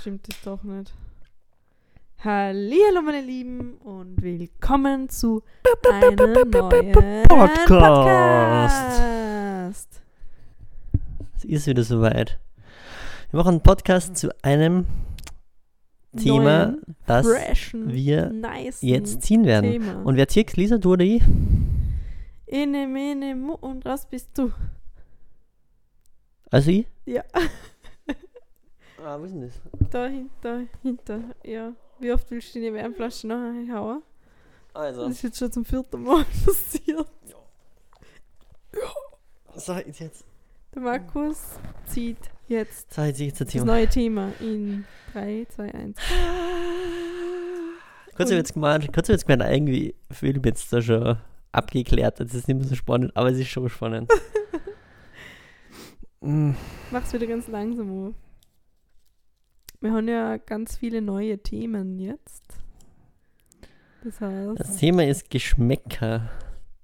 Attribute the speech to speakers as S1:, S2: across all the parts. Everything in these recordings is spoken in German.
S1: stimmt es doch nicht. Hallo meine Lieben und willkommen zu einem neuen
S2: Podcast.
S1: Podcast.
S2: Es ist wieder soweit. Wir machen einen Podcast zu einem Thema,
S1: Neuen,
S2: das
S1: freshen,
S2: wir
S1: nice
S2: jetzt ziehen werden.
S1: Thema.
S2: Und wer zieht Lisa, du oder ich?
S1: Inne, mene, mu und raus bist du.
S2: Also ich?
S1: Ja,
S2: Ah, was ist denn das?
S1: da hinter, hinter. Ja, wie oft willst du die Wärmflasche nachher hauen?
S2: Also,
S1: Das ist jetzt schon zum vierten Mal passiert.
S2: so, jetzt, jetzt,
S1: Der Markus zieht jetzt
S2: so, jetzt, jetzt das
S1: das
S2: Thema.
S1: neue Thema in 3, 2, 1.
S2: Kurz habe ich jetzt gemeint, kurz habe ich jetzt gemeint, irgendwie fühle ich mich jetzt da schon abgeklärt. Das ist nicht mehr so spannend, aber es ist schon spannend. Mm,
S1: Mach's wieder ganz langsam. auf. Wir haben ja ganz viele neue Themen jetzt. Das heißt,
S2: Das Thema ist Geschmäcker.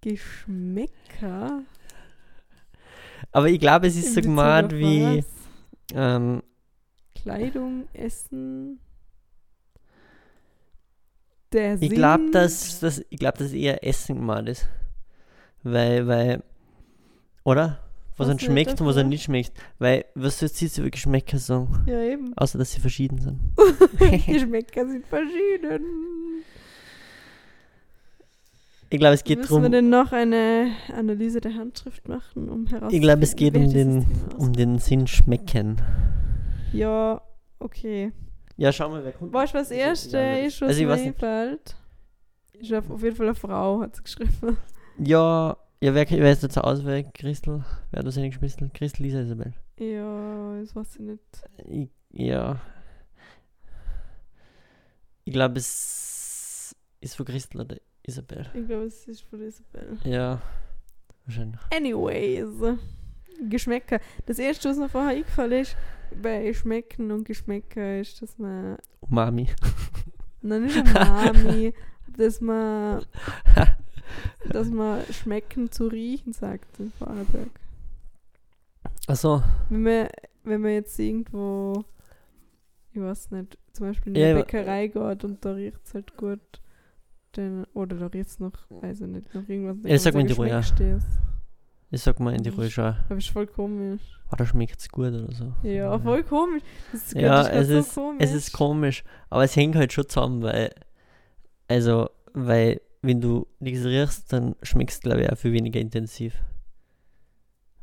S1: Geschmäcker.
S2: Aber ich glaube, es
S1: in
S2: ist so
S1: Bezug
S2: gemeint
S1: auf
S2: wie,
S1: was?
S2: ähm,
S1: Kleidung, Essen. Der
S2: Ich
S1: Sinn.
S2: glaube, dass, dass, ich glaub, dass eher Essen gemeint ist. Weil, weil, oder? Was
S1: Was
S2: einem
S1: nicht
S2: schmeckt und was
S1: davon?
S2: einem nicht schmeckt. Weil, was sollst du jetzt über Geschmäcker sagen?
S1: Ja, eben.
S2: Außer, dass sie verschieden sind.
S1: Geschmäcker sind verschieden.
S2: Ich glaube, es geht
S1: Müssen wir
S2: drum
S1: denn noch eine Analyse der Handschrift machen, um herauszufinden?
S2: ich glaube, es geht
S1: wer
S2: um
S1: dieses
S2: den,
S1: Thema
S2: um den Sinn schmecken.
S1: aus- Ja, okay.
S2: Ja, schau mal, wer kommt.
S1: Weißt du, was
S2: Ich- ich
S1: erste
S2: weiß nicht.
S1: ist, was
S2: Also, ich
S1: mir
S2: weiß nicht.
S1: einfällt? Ist auf, auf jeden Fall eine Frau, hat sie geschrieben.
S2: Ja, ja wer, wer ist da zur Auswahl? Christel? Wer hat das hingeschmissen? Christel, Lisa, Isabel.
S1: Ja, das weiß ich nicht.
S2: Ich, ja. Ich glaube, es ist von Christel oder Isabel.
S1: Ich glaube, es ist von Isabel.
S2: Ja, wahrscheinlich.
S1: Anyways, Geschmäcker. Das erste, was mir vorher eingefallen ist, bei Schmecken und Geschmäcker ist, dass man,
S2: Umami.
S1: nein, nicht Umami, dass man, dass man Schmecken zu riechen sagt in Vorarlberg.
S2: Achso,
S1: Wenn man, wenn man jetzt irgendwo, ich weiß nicht, zum Beispiel in
S2: Ja,
S1: eine
S2: ich wa-
S1: Bäckerei geht und da riecht es halt gut, dann, oder da riecht es noch, weiß ich nicht, noch irgendwas.
S2: Ja, sag mal in die Ruhe, ja.
S1: Aber
S2: ich sag mal in die Ruhe schon,
S1: ist voll komisch.
S2: oh, da schmeckt's gut oder so.
S1: Ja, voll komisch. Das ist,
S2: Ja,
S1: das grad
S2: es
S1: so
S2: ist-
S1: komisch.
S2: Es ist komisch, aber es hängt halt schon zusammen, weil, also, weil, wenn du nichts riechst, dann schmeckst du, glaube ich, auch viel weniger intensiv.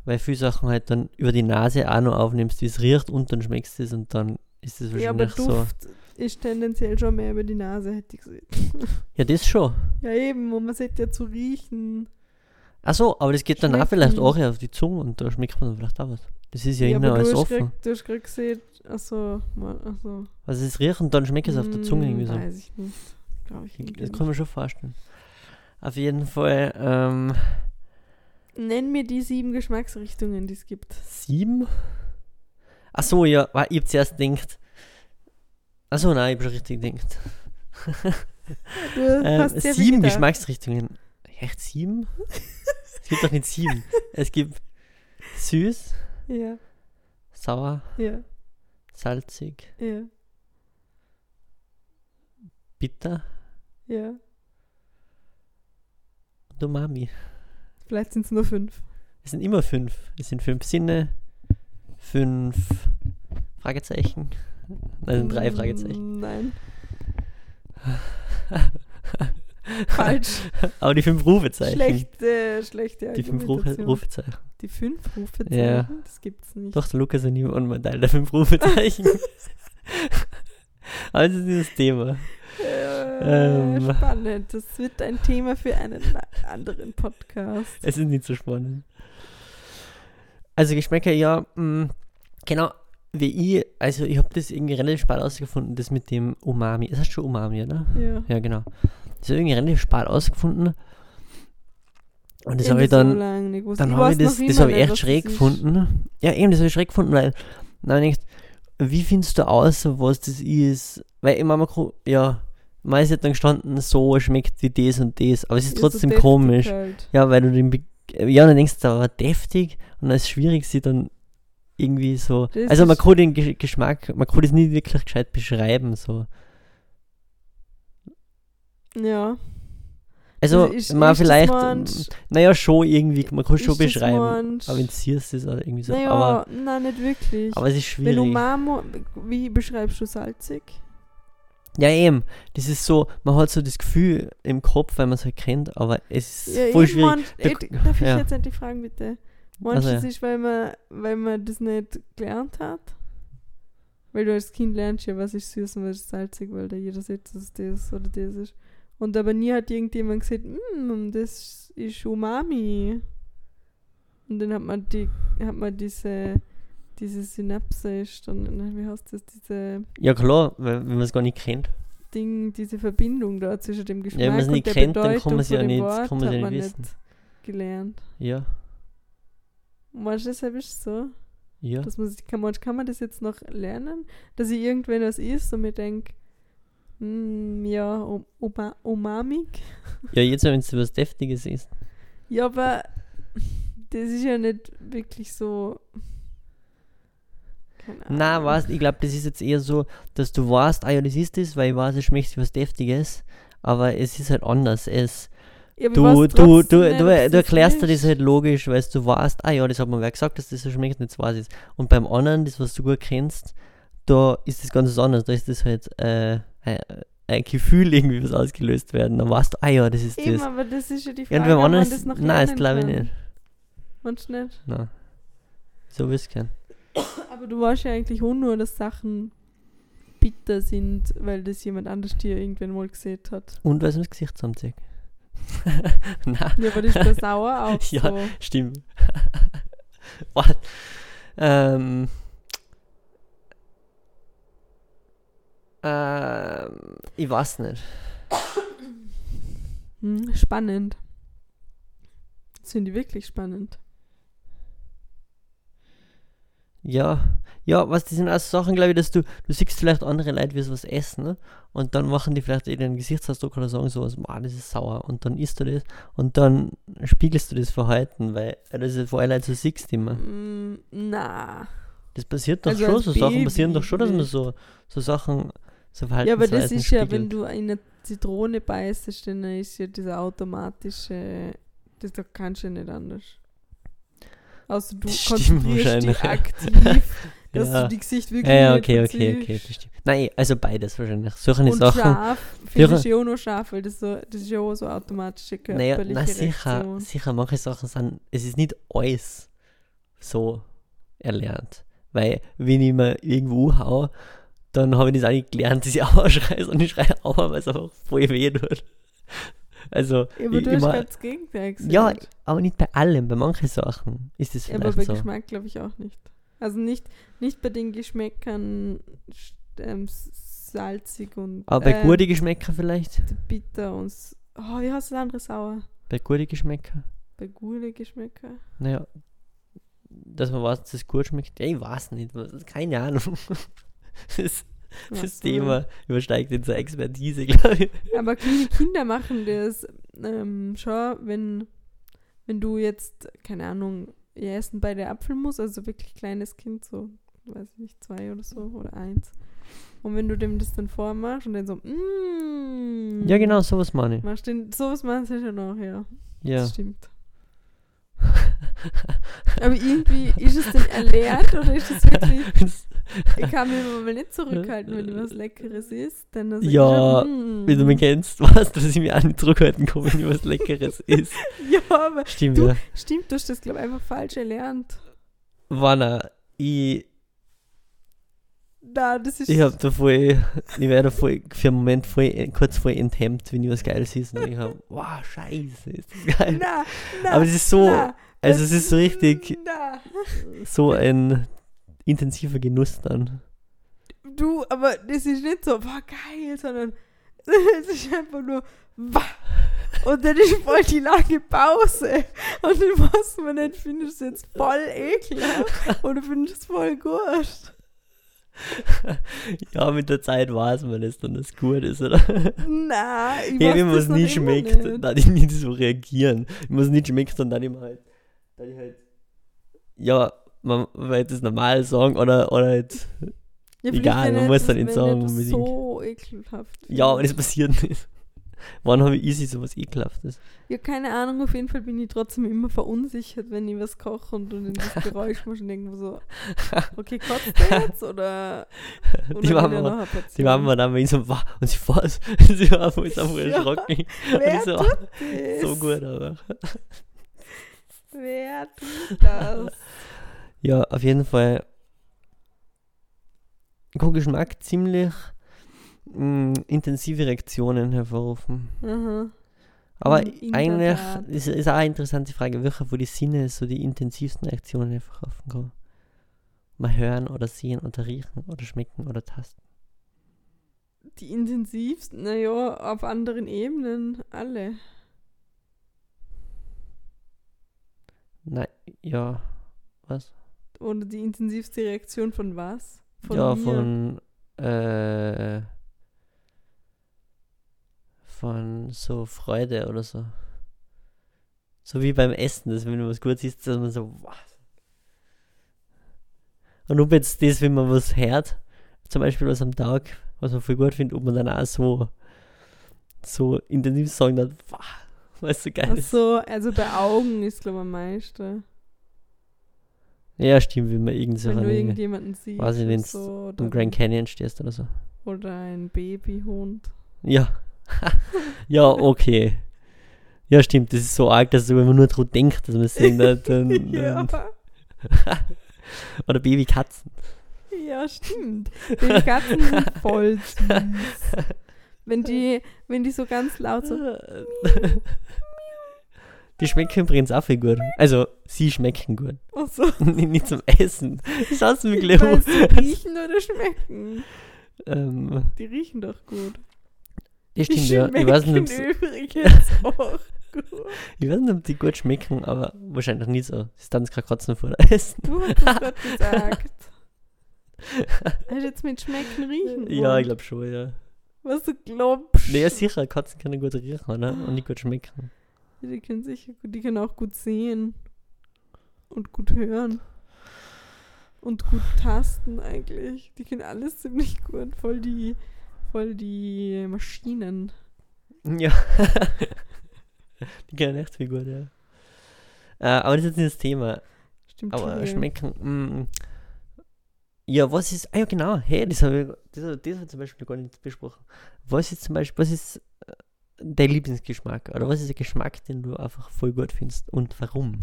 S2: Weil viele Sachen halt dann über die Nase auch noch aufnimmst, wie es riecht und dann schmeckst du es und dann ist es
S1: Ja, aber
S2: wahrscheinlich so.
S1: Duft ist tendenziell schon mehr über die Nase, hätte ich gesagt.
S2: Ja, das schon.
S1: Ja, eben, und man sieht ja zu riechen.
S2: Achso, aber das geht dann auch vielleicht
S1: Schmecken.
S2: auch auf die Zunge und da schmeckt man dann vielleicht auch was. Das ist ja, immer
S1: aber
S2: alles
S1: du hast
S2: offen.
S1: grad- Du hast gerade gesehen, also, also.
S2: Also es riecht und dann schmeckt es auf der Zunge irgendwie so.
S1: Hm, Weiß ich nicht. Glaube ich irgendwie
S2: Das
S1: nicht.
S2: kann man schon vorstellen. Auf jeden Fall ähm,
S1: Nenn mir die sieben Geschmacksrichtungen, die es gibt.
S2: sieben. Ach so, ja, wa- ich hab zuerst gedacht. Ach so, nein, ich hab schon richtig gedacht.
S1: Du
S2: Ähm,
S1: hast sehr viel
S2: sieben
S1: gedacht.
S2: Geschmacksrichtungen. Echt sieben? Es gibt doch nicht sieben. Es gibt süß,
S1: Ja,
S2: sauer,
S1: ja,
S2: salzig,
S1: ja,
S2: bitter
S1: ja.
S2: und umami.
S1: Vielleicht sind es nur fünf.
S2: Es sind immer fünf. Es sind fünf Sinne, fünf Fragezeichen. Nein, es sind drei
S1: Mm,
S2: Fragezeichen.
S1: Nein. Falsch.
S2: Aber die fünf Rufezeichen.
S1: Schlechte, schlechte
S2: Die fünf Rufe,
S1: Argumentation.
S2: Rufezeichen.
S1: Die fünf Rufezeichen?
S2: Ja.
S1: Das gibt's nicht.
S2: Doch, der Lukas und ich waren mal Teil der fünf Rufezeichen. Aber das ist dieses Thema.
S1: Äh,
S2: Ähm.
S1: Spannend. Das wird ein Thema für einen na- anderen Podcast.
S2: Es ist nicht so spannend. Also Geschmäcker, ja, mh, genau, wie ich, also ich habe das irgendwie relativ spät ausgefunden, das mit dem Umami. Es heißt schon Umami, oder?
S1: Ja.
S2: Ja, genau. Das habe ich irgendwie relativ spät ausgefunden. Und das
S1: Ich
S2: habe ich
S1: nicht so
S2: dann,
S1: lange nicht gewusst.
S2: Dann habe
S1: weiß
S2: ich das,
S1: noch
S2: das
S1: immer
S2: habe ich
S1: nicht,
S2: echt
S1: was
S2: schräg
S1: das ist.
S2: gefunden. Ja, eben, das habe ich schräg gefunden, weil, nein, echt, wie findest du aus, was das ist? Weil ich meine, ja, meist hat dann gestanden, so schmeckt wie das und das, aber es ist
S1: Ja, so
S2: trotzdem
S1: deftig
S2: komisch.
S1: Halt.
S2: Ja, weil du den, Be ja, dann denkst du, aber deftig und dann ist es schwierig, sie dann irgendwie so.
S1: Das
S2: also man
S1: ist-
S2: kann den Gesch- Geschmack, man kann das nie wirklich gescheit beschreiben. So.
S1: Ja.
S2: Also
S1: ist- ist
S2: man
S1: das
S2: vielleicht,
S1: Mensch-
S2: ähm, naja schon irgendwie, man kann es schon
S1: Ist das
S2: beschreiben.
S1: Mensch?
S2: Aber wenn es hier ist, ist es auch irgendwie so.
S1: naja,
S2: Aber,
S1: nein, nicht wirklich.
S2: aber es ist
S1: Wenn du
S2: schwierig.
S1: Marmor, wie beschreibst du salzig?
S2: Ja eben, das ist so, man hat so das Gefühl im Kopf, weil man es halt kennt, aber es ist voll
S1: eben,
S2: schwierig.
S1: manch-
S2: Da-
S1: äh, darf ich
S2: ja.
S1: jetzt endlich fragen, bitte? Manches
S2: Also, ja.
S1: ist, weil man, weil man das nicht gelernt hat. Weil du als Kind lernst ja, was ist süß und was ist salzig, weil da jeder sieht, dass es das oder das ist. Und aber nie hat irgendjemand gesagt, "Mm, das ist Umami. Und dann hat man die, hat man diese, diese Synapse, ist dann, nein, wie heißt das, diese
S2: Ja klar, weil, wenn man es gar nicht kennt.
S1: Ding, diese Verbindung da zwischen dem Geschmack
S2: Ja, wenn man es
S1: und
S2: nicht
S1: der
S2: kennt, dann
S1: Bedeutung
S2: kann man es
S1: von
S2: ja
S1: dem
S2: nicht,
S1: Wort
S2: kann man es
S1: hat
S2: ja
S1: man
S2: nicht wissen.
S1: nicht gelernt.
S2: Ja,
S1: Manchmal deshalb ist es so,
S2: ja.
S1: dass man sich, kann, manchmal kann man das jetzt noch lernen, dass ich irgendwann was isst und mir denke, ja, um- Uma- umamig.
S2: Ja, jetzt, wenn du was Deftiges isst.
S1: Ja, aber das ist ja nicht wirklich so. Keine Ahnung.
S2: Na, weißt, ich glaube, das ist jetzt eher so, dass du weißt, ah ja, das ist das, weil ich weiß, es schmeckt wie was Deftiges, aber es ist halt anders. Es,
S1: Ja, aber ich
S2: du,
S1: weiß
S2: du, du,
S1: trotzdem
S2: du,
S1: nicht,
S2: du,
S1: ob's
S2: erklärst dir das
S1: ist.
S2: halt logisch, weil du weißt, ah ja, das hat mir wer gesagt, dass das so schmeckt, nicht weiß es. Und beim anderen, das, was du gut kennst, da ist das ganz anders. Da ist das halt äh, ein, ein Gefühl irgendwie, was ausgelöst werden. Dann weißt du, ah ja, das ist
S1: Eben,
S2: das.
S1: aber das ist ja die Frage,
S2: Ja, und beim
S1: ob man
S2: anderen,
S1: das
S2: ist-
S1: noch
S2: nein,
S1: lernen
S2: das glaube ich
S1: kann.
S2: nicht.
S1: Manchmal nicht.
S2: Nein. So willst du gern.
S1: Aber du weißt ja eigentlich auch nur, dass Sachen bitter sind, weil das jemand anders dir irgendwann mal gesehen hat.
S2: Und weil es mir das Gesicht zusammenzieht. Nein.
S1: Ja, aber das ist bei sauer auch
S2: Ja.
S1: so.
S2: Stimmt. What? Ähm. Ähm, ich weiß nicht.
S1: Hm, spannend. Das finde ich wirklich spannend.
S2: Ja, ja, was das sind auch so Sachen, glaube ich, dass du, du siehst vielleicht andere Leute, wie sie was essen, ne? und dann machen die vielleicht ihren Gesichtsausdruck oder sagen sowas, wow, das ist sauer, und dann isst du das, und dann spiegelst du das Verhalten, weil weil du das ja vorher Leute so siehst immer.
S1: Hm, na.
S2: Das passiert doch
S1: Also
S2: schon,
S1: als
S2: so Sachen
S1: Baby
S2: passieren doch schon, dass man
S1: vielleicht.
S2: so, so Sachen, so
S1: Ja, aber
S2: Verhaltensweisen
S1: das ist ja,
S2: spiegelt.
S1: wenn du eine Zitrone beißt, dann ist ja dieser automatische. Das da kannst du ja nicht anders. Also du
S2: Das stimmt
S1: konzentrierst
S2: wahrscheinlich,
S1: dich
S2: ja.
S1: aktiv, dass
S2: Ja.
S1: du die Gesicht wirklich
S2: Ja, ja,
S1: nicht
S2: okay, okay, okay,
S1: verziehst.
S2: verstehe. Nein, also beides wahrscheinlich. Solche
S1: Und
S2: Sachen.
S1: scharf finde
S2: Sicher.
S1: ich ja auch noch scharf, weil das, so, das ist ja auch so automatische körperliche
S2: Naja, na sicher,
S1: Reaktion.
S2: sicher, manche Sachen sind, es ist nicht alles so erlernt. Weil, wenn ich mir irgendwo hau, dann habe ich das auch nicht gelernt, dass ich Aua schreie, sondern ich schreie Aua, weil es einfach voll weh tut. Also,
S1: Ja, aber
S2: ich,
S1: du
S2: ich
S1: hast
S2: mein-
S1: gerade das Gegenteil gesagt.
S2: ja, also- aber nicht bei allem, bei manchen Sachen ist das
S1: Ja, aber
S2: vielleicht
S1: bei
S2: so.
S1: Geschmack glaube ich auch nicht. Also nicht, nicht bei den Geschmäckern sch- ähm, s- salzig und
S2: Aber Ah, bei
S1: ähm,
S2: guten Geschmäcker vielleicht?
S1: bitter und s- oh, wie heißt das andere sauer?
S2: Bei guten Geschmäcker?
S1: Bei gute Geschmäcker.
S2: Naja, dass man weiß, dass es gut schmeckt. Ja, ich weiß nicht, was- keine Ahnung. Das, das
S1: Weißt du
S2: Thema übersteigt unsere Expertise, glaube ich.
S1: nicht. Aber kleine Kinder machen das ähm, schon, wenn, wenn du jetzt, keine Ahnung, ihr Essen bei der Apfelmus, also wirklich kleines Kind, so, weiß ich nicht, zwei oder so oder eins. Und wenn du dem das dann vormachst und dann so, mm,
S2: Ja, genau, sowas meine ich.
S1: Machst den, sowas machen sie schon auch, ja.
S2: Ja.
S1: Das stimmt. Aber irgendwie ist es denn erlernt oder ist es wirklich. Ich kann mich immer mal nicht zurückhalten, wenn was Leckeres ist. Denn das
S2: Ja,
S1: ist schon, mm.
S2: Wenn du mich kennst, weißt du, dass ich mich auch nicht zurückhalten kann, wenn was Leckeres ist.
S1: Ja, aber
S2: Stimmt,
S1: Du-
S2: ja.
S1: stimmt, du hast das, glaube ich, einfach falsch erlernt.
S2: Wanna, ich,
S1: Na, das ist.
S2: ich hab da voll, ich werde voll, für einen Moment voll, äh, kurz voll enthemmt, wenn ich was Geiles ist. Und ich hab, wow, scheiße, ist das geil.
S1: na, na,
S2: Aber es ist so,
S1: na,
S2: also es ist so richtig,
S1: Na.
S2: so ein intensiver Genuss dann.
S1: Du, aber das ist nicht so, boah, geil, sondern es ist einfach nur, wah. Und dann ist voll die lange Pause. Und dann weiß man nicht, findest du es jetzt voll ekelhaft oder findest du es voll gut.
S2: Ja, mit der Zeit weiß man das dann, dass es gut ist, oder?
S1: Nein, ich
S2: Ja,
S1: weiß
S2: wenn man
S1: das
S2: es
S1: noch
S2: nicht
S1: immer
S2: schmeckt,
S1: nicht.
S2: dann ich nicht so reagieren. Wenn man es nicht schmeckt, dann dann ich mir halt, dann ich halt, ja, man man wird das normal sagen oder, halt, oder jetzt,
S1: Ja,
S2: Egal,
S1: vielleicht, wenn
S2: man
S1: ich
S2: muss
S1: das-
S2: dann nicht
S1: wenn ich
S2: sagen,
S1: das
S2: unbedingt.
S1: so ekelhaft.
S2: ja,
S1: finde.
S2: aber das passiert nicht. Wann habe ich easy sowas ekelhaftes?
S1: Ja, keine Ahnung, auf jeden Fall bin ich trotzdem immer verunsichert, wenn ich was koche und dann das Geräusch muss und irgendwo so, okay, kotzt der jetzt oder, oder
S2: Die
S1: will
S2: waren
S1: er
S2: wir-
S1: noch eine
S2: Die
S1: Portion?
S2: Mama dann wegen so, wow, und sie was? sie war voll einfach
S1: Ja.
S2: erschrocken.
S1: Wer
S2: und ich so,
S1: tut
S2: ah,
S1: das?
S2: so gut, aber.
S1: Wer tut das?
S2: Ja, auf jeden Fall. Guck, Geschmack ziemlich mm, intensive Reaktionen hervorrufen.
S1: Aha.
S2: Aber
S1: In- in der
S2: eigentlich
S1: Tat.
S2: ist, ist auch eine interessante Frage, welcher von den Sinnen so die intensivsten Reaktionen hervorrufen kann. Mal hören oder sehen oder riechen oder schmecken oder tasten.
S1: Die intensivsten, naja, auf anderen Ebenen, alle.
S2: Nein, ja, was?
S1: Oder die intensivste Reaktion von was? Von
S2: ja,
S1: mir.
S2: von, äh, von so Freude oder so. So wie beim Essen, dass wenn du was Gutes isst, dass man so, wow. Und ob jetzt das, wenn man was hört, zum Beispiel was am Tag, was man voll gut findet, ob man dann auch so, so intensiv sagen darf, wow, weißt du, geil
S1: Ach
S2: ist.
S1: so, also bei Augen ist, glaube ich, am meisten.
S2: Ja, stimmt, wenn man irgend so
S1: Wenn du
S2: einen,
S1: irgendjemanden siehst.
S2: Weiß ich,
S1: oder
S2: wenn's
S1: so, oder,
S2: im Grand Canyon stehst oder so.
S1: oder ein Babyhund.
S2: Ja. ja, okay. Ja, stimmt, das ist so arg, dass wenn man nur drüber denkt, dass man es sehen hat. Dann, dann,
S1: ja.
S2: Oder Babykatzen.
S1: ja, stimmt. Die Katzen sind voll süß. Wenn die, wenn die so ganz laut so.
S2: Die schmecken übrigens auch viel gut. Also, sie schmecken gut.
S1: Oh, so.
S2: Nicht zum Essen. Das hast du mir
S1: Ich weiß,
S2: gelernt.
S1: die riechen oder schmecken.
S2: Ähm,
S1: Die riechen doch gut.
S2: das
S1: Die
S2: stimmt, ja. Ich weiß, nicht,
S1: schmecken
S2: ob sie-
S1: übrigens auch gut.
S2: ich weiß nicht, ob die gut schmecken, aber wahrscheinlich nicht so. Sie tanzen gerade kotzen vor Essen.
S1: Du hast das gerade gesagt. Hast du jetzt mit Schmecken riechen?
S2: Ja, ich
S1: wollen?
S2: glaube schon, ja.
S1: Was du glaubst.
S2: Nee, ja, sicher, Katzen können gut riechen, oder? Und nicht gut schmecken.
S1: Die können sicher gut, die können auch gut sehen. Und gut hören. Und gut tasten eigentlich. Die können alles ziemlich gut. Voll die, voll die Maschinen.
S2: Ja. die kennen echt viel gut, ja. Äh, aber das ist jetzt nicht das Thema.
S1: Stimmt
S2: Aber
S1: schon, ja.
S2: schmecken. mm. ja, was ist. Ah ja, genau. Hey, das habe ich, das, das hab ich zum Beispiel gar nicht besprochen. Was ist zum Beispiel. Was ist äh, dein Lieblingsgeschmack? Oder was ist der Geschmack, den du einfach voll gut findest? Und warum?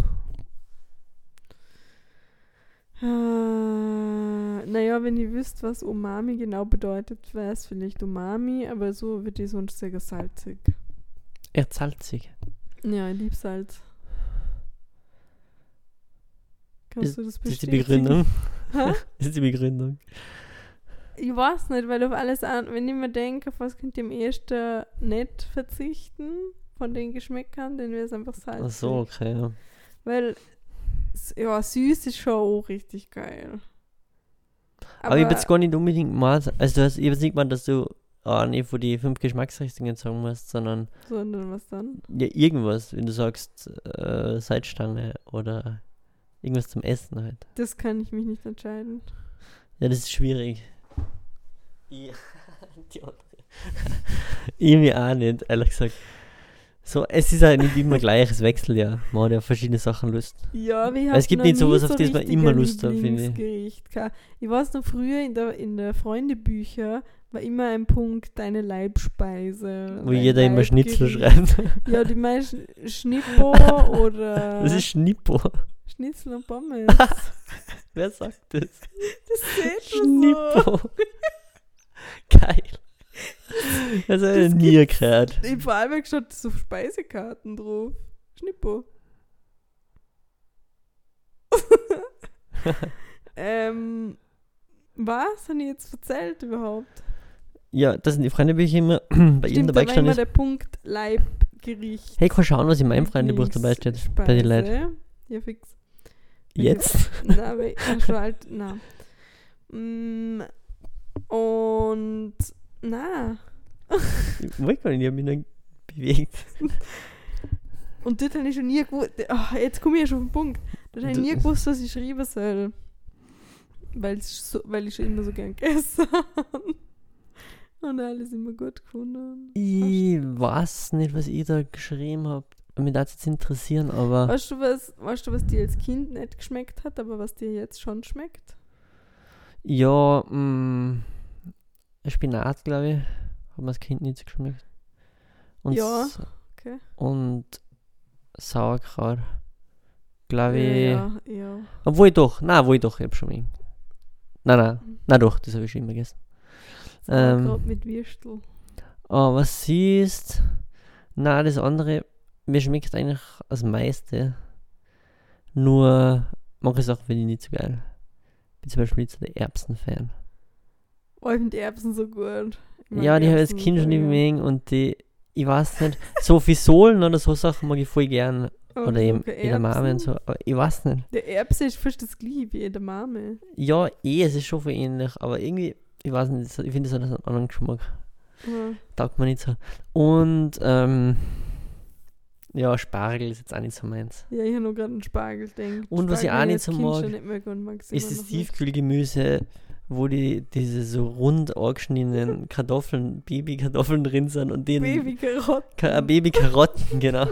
S1: Ah, naja, wenn ihr wisst, was Umami genau bedeutet, wäre es vielleicht Umami, aber so wird die sonst sehr salzig.
S2: Er salzig.
S1: Ja, ich halt. lieb Salz. Kannst du das
S2: Das ist die
S1: bestätigen?
S2: Begründung.
S1: Hä?
S2: Das ist die Begründung.
S1: Ich weiß nicht, weil auf alles an, wenn ich mir denke, auf was könnte ich am ehesten nicht verzichten von den Geschmäckern, dann wäre es einfach salzig.
S2: Ach so, okay. Ja.
S1: Weil, s- ja, süß ist schon auch richtig geil.
S2: Aber, ich habe jetzt gar nicht unbedingt mal. Also, du hast, ich habe jetzt nicht gemeint, dass du. Ah, nee, von die fünf Geschmacksrichtungen sagen musst, sondern.
S1: sondern was dann?
S2: Ja, irgendwas, wenn du sagst, äh, Salzstange oder irgendwas zum Essen halt.
S1: Das kann ich mich nicht entscheiden.
S2: Ja, das ist schwierig. Ja, die andere. Irgendwie auch nicht, ehrlich gesagt. So, es ist halt nicht immer gleich, es wechselt ja. Man hat ja verschiedene Sachen Lust.
S1: Ja, wir
S2: es gibt
S1: hatten noch
S2: nicht sowas,
S1: nie
S2: auf
S1: so
S2: das man
S1: richtige
S2: immer Lust hat, finde ich.
S1: Lieblingsgericht gehabt. Ich weiß noch früher in der, in der Freundebücher war immer ein Punkt deine Leibspeise.
S2: Wo
S1: dein
S2: jeder immer Schnitzel
S1: Leibgericht.
S2: schreibt.
S1: Ja, die meisten Schnippo oder
S2: Das ist Schnippo.
S1: Schnitzel und Pommes.
S2: Wer sagt das?
S1: Das seht ihr so.
S2: Schnippo. Geil. Das habe ich
S1: Das
S2: nie
S1: gibt's-
S2: gehört.
S1: Ich vor allem geschaut, so Speisekarten drauf. Schnippo. ähm, was habe ich jetzt erzählt überhaupt?
S2: Ja, das sind die Freundebücher immer bei jedem
S1: Stimmt, da
S2: dabei
S1: war immer
S2: gestanden ist.
S1: der Punkt Leibgericht.
S2: Hey, kann schauen, was in meinem Freundebuch dabei steht. Bei den Leuten.
S1: Lieblingsspeise. Ja, fix.
S2: Jetzt?
S1: Na, aber ich ach, schon alt. Na. Mm, Und na.
S2: Ich wollte gar nicht, ich habe mich noch bewegt.
S1: Und dort habe ich schon nie gewusst. Oh, jetzt komme ich ja schon auf den Punkt. Dann habe ich
S2: Du-
S1: nie gewusst, was ich schreiben soll. Weil's so, weil ich schon immer so gern gegessen habe. Und alles immer gut gefunden.
S2: Ich weiß nicht, was ich da geschrieben habe. Mich würde jetzt interessieren, aber
S1: Weißt du, was, weißt du, was dir als Kind nicht geschmeckt hat, aber was dir jetzt schon schmeckt?
S2: ja, mh, Spinat, glaube ich, hat mir das Kind nicht so geschmeckt. Und
S1: Ja,
S2: s-
S1: okay.
S2: Und Sauerkraut, glaube ich.
S1: Ja, ja.
S2: Obwohl doch, na, obwohl doch, ich habe schon wegen. Nein, nein, na doch, das habe ich schon immer gegessen. Ähm.
S1: Mhm. Sauerkraut mit Würstel.
S2: Aber Oh, was siehst, na, das andere, mir schmeckt eigentlich das meiste. Nur manche Sachen finde ich nicht so geil. Bin zum Beispiel nicht so der Erbsen-Fan.
S1: Oh, ich finde Erbsen so gut. Ich mag
S2: Ja, die habe ich
S1: Erbsen
S2: als Kind schon
S1: voll
S2: nicht
S1: gern.
S2: mögen und die, ich weiß nicht, so Fisolen oder so Sachen mag ich voll gern.
S1: Aber
S2: Oder eben
S1: so keine
S2: Edamame und
S1: Oh, Erbsen.
S2: so, aber ich weiß nicht.
S1: Der Erbse ist fast das gleiche wie Edamame.
S2: Ja, eh, es ist schon voll ähnlich, aber irgendwie, ich weiß nicht, ich finde, es hat einen anderen Geschmack.
S1: Ja.
S2: Taugt mir nicht so. Und, ähm, ja, Spargel ist jetzt auch nicht so meins.
S1: Ja, ich habe nur gerade an Spargel denkt.
S2: Und was ich auch nicht so mag,
S1: Nicht mehr und mag's
S2: ist
S1: immer
S2: das
S1: noch nicht.
S2: Tiefkühlgemüse, wo die diese so rund angeschnittenen Kartoffeln, Babykartoffeln drin sind und denen
S1: Babykarotten.
S2: Ka- äh, Babykarotten, genau.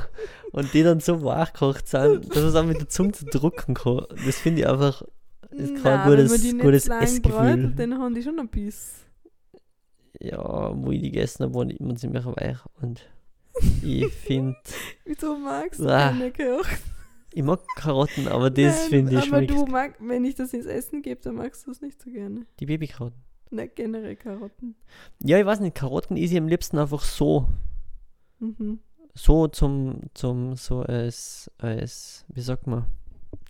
S2: Und die dann so wachgekocht sind, dass man es auch mit der Zunge zu drucken kann. Das finde ich einfach, ist kein
S1: Nein, wenn
S2: gutes-
S1: man die nicht
S2: gutes
S1: lang
S2: Essgefühl.
S1: brätelt, dann haben die schon ein Biss.
S2: ja, wo ich die gegessen habe, waren die immer ziemlich weich. Und ich finde,
S1: Wieso magst du
S2: Ah,
S1: keine Karotten?
S2: ich mag Karotten, aber das
S1: Nein,
S2: finde ich
S1: Aber
S2: schmeckt.
S1: du magst, wenn ich das ins Essen gebe, dann magst du es nicht so gerne.
S2: Die Babykarotten.
S1: Nicht generell Karotten.
S2: Ja, ich weiß nicht, Karotten ist ich am liebsten einfach so.
S1: Mhm.
S2: So zum, zum, so als, als, wie sagt man,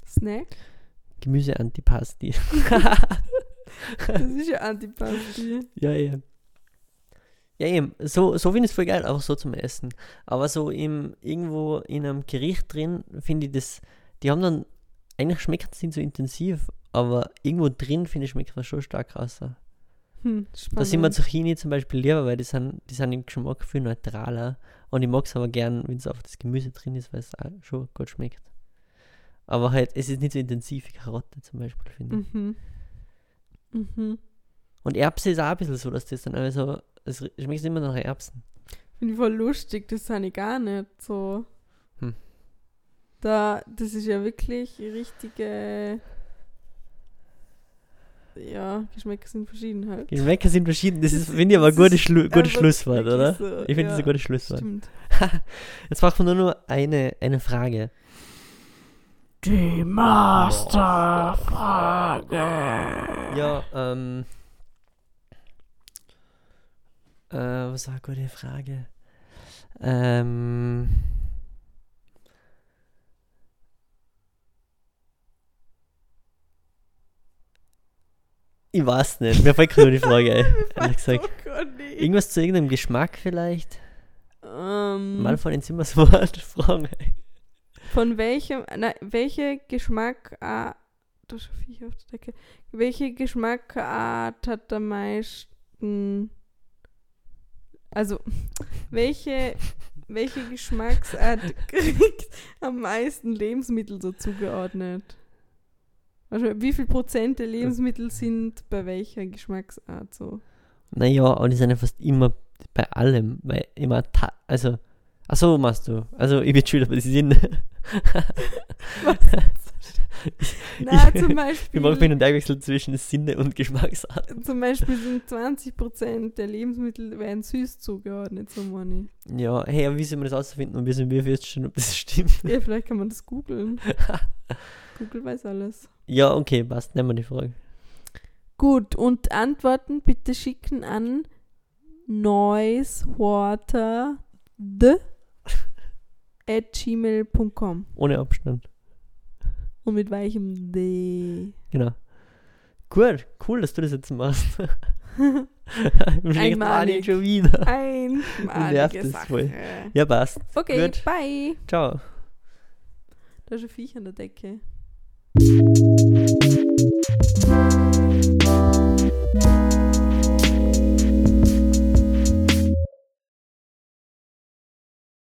S1: Snack?
S2: Gemüseantipasti.
S1: Das ist ja Antipasti.
S2: Ja, eben. Ja, eben. So, so finde ich es voll geil, auch so zum Essen. Aber so im, irgendwo in einem Gericht drin, finde ich das. Die haben dann. Eigentlich schmeckt es nicht so intensiv, aber irgendwo drin, finde ich, schmeckt es schon stark krasser.
S1: Hm,
S2: Da sind mir
S1: spannend.
S2: Zucchini zum Beispiel lieber, weil die sind, die sind im Geschmack viel neutraler. Und ich mag es aber gern, wenn es auf das Gemüse drin ist, weil es auch schon gut schmeckt. Aber halt, es ist nicht so intensiv wie Karotte zum Beispiel, finde ich.
S1: Mhm. Mhm.
S2: Und Erbse ist auch ein bisschen so, dass das dann also. Es schmeckt immer nach Erbsen.
S1: Finde ich voll lustig, das habe ich gar nicht so.
S2: Hm.
S1: Da, das ist ja wirklich richtige. Ja, Geschmäcker sind verschieden halt.
S2: Geschmäcker sind verschieden. Das
S1: Das
S2: ist,
S1: ist-
S2: finde ich, aber ein
S1: das
S2: gutes
S1: ist
S2: Schlu- gutes
S1: einfach
S2: Schlusswort,
S1: wirklich
S2: oder?
S1: so,
S2: ich finde, das ist ein
S1: ja.
S2: gutes Schlusswort.
S1: Stimmt.
S2: Jetzt machen wir nur noch eine, eine Frage.
S1: Die Masterfrage.
S2: Ja, ähm. Äh, was war eine gute Frage? Ähm. Ich weiß nicht, mir fällt gerade nur die Frage ein. ehrlich gesagt. Irgendwas zu irgendeinem Geschmack vielleicht? Mal
S1: Ähm,
S2: von den Zimmerswort fragen.
S1: von welchem, na, welche Geschmackart, da ist ein Viech auf der Decke, welche Geschmackart hat am meisten, also, welche, welche Geschmacksart kriegt am meisten Lebensmittel so zugeordnet? Also, wie viel Prozent der Lebensmittel sind bei welcher Geschmacksart so?
S2: Naja, aber die sind ja fast immer bei allem, weil immer ta also achso, machst du. Also ich bin schuld, aber sie sind.
S1: Na, zum Beispiel.
S2: Wir machen hin und herwechsel zwischen Sinne und Geschmacksart.
S1: Zum Beispiel sind 20% der Lebensmittel werden süß zugeordnet, so Money.
S2: Ja, hey, aber wie soll man das auszufinden und wie sollen wir feststellen, ob das stimmt?
S1: Ja, vielleicht kann man das googeln. Google weiß alles.
S2: Ja, okay, passt, nehmen wir die Frage.
S1: Gut, und Antworten bitte schicken an noisewaterd at gmail.com
S2: Ohne Abstand.
S1: und mit weichem D.
S2: Genau. Gut, cool, dass du das jetzt machst. Im schlechten Adi
S1: Einmalig.
S2: schon wieder. nervt
S1: Einmalige
S2: es
S1: Sache.
S2: voll. Ja, passt.
S1: Okay,
S2: Gut.
S1: bye.
S2: Ciao.
S1: Da ist ein Viech an der Decke.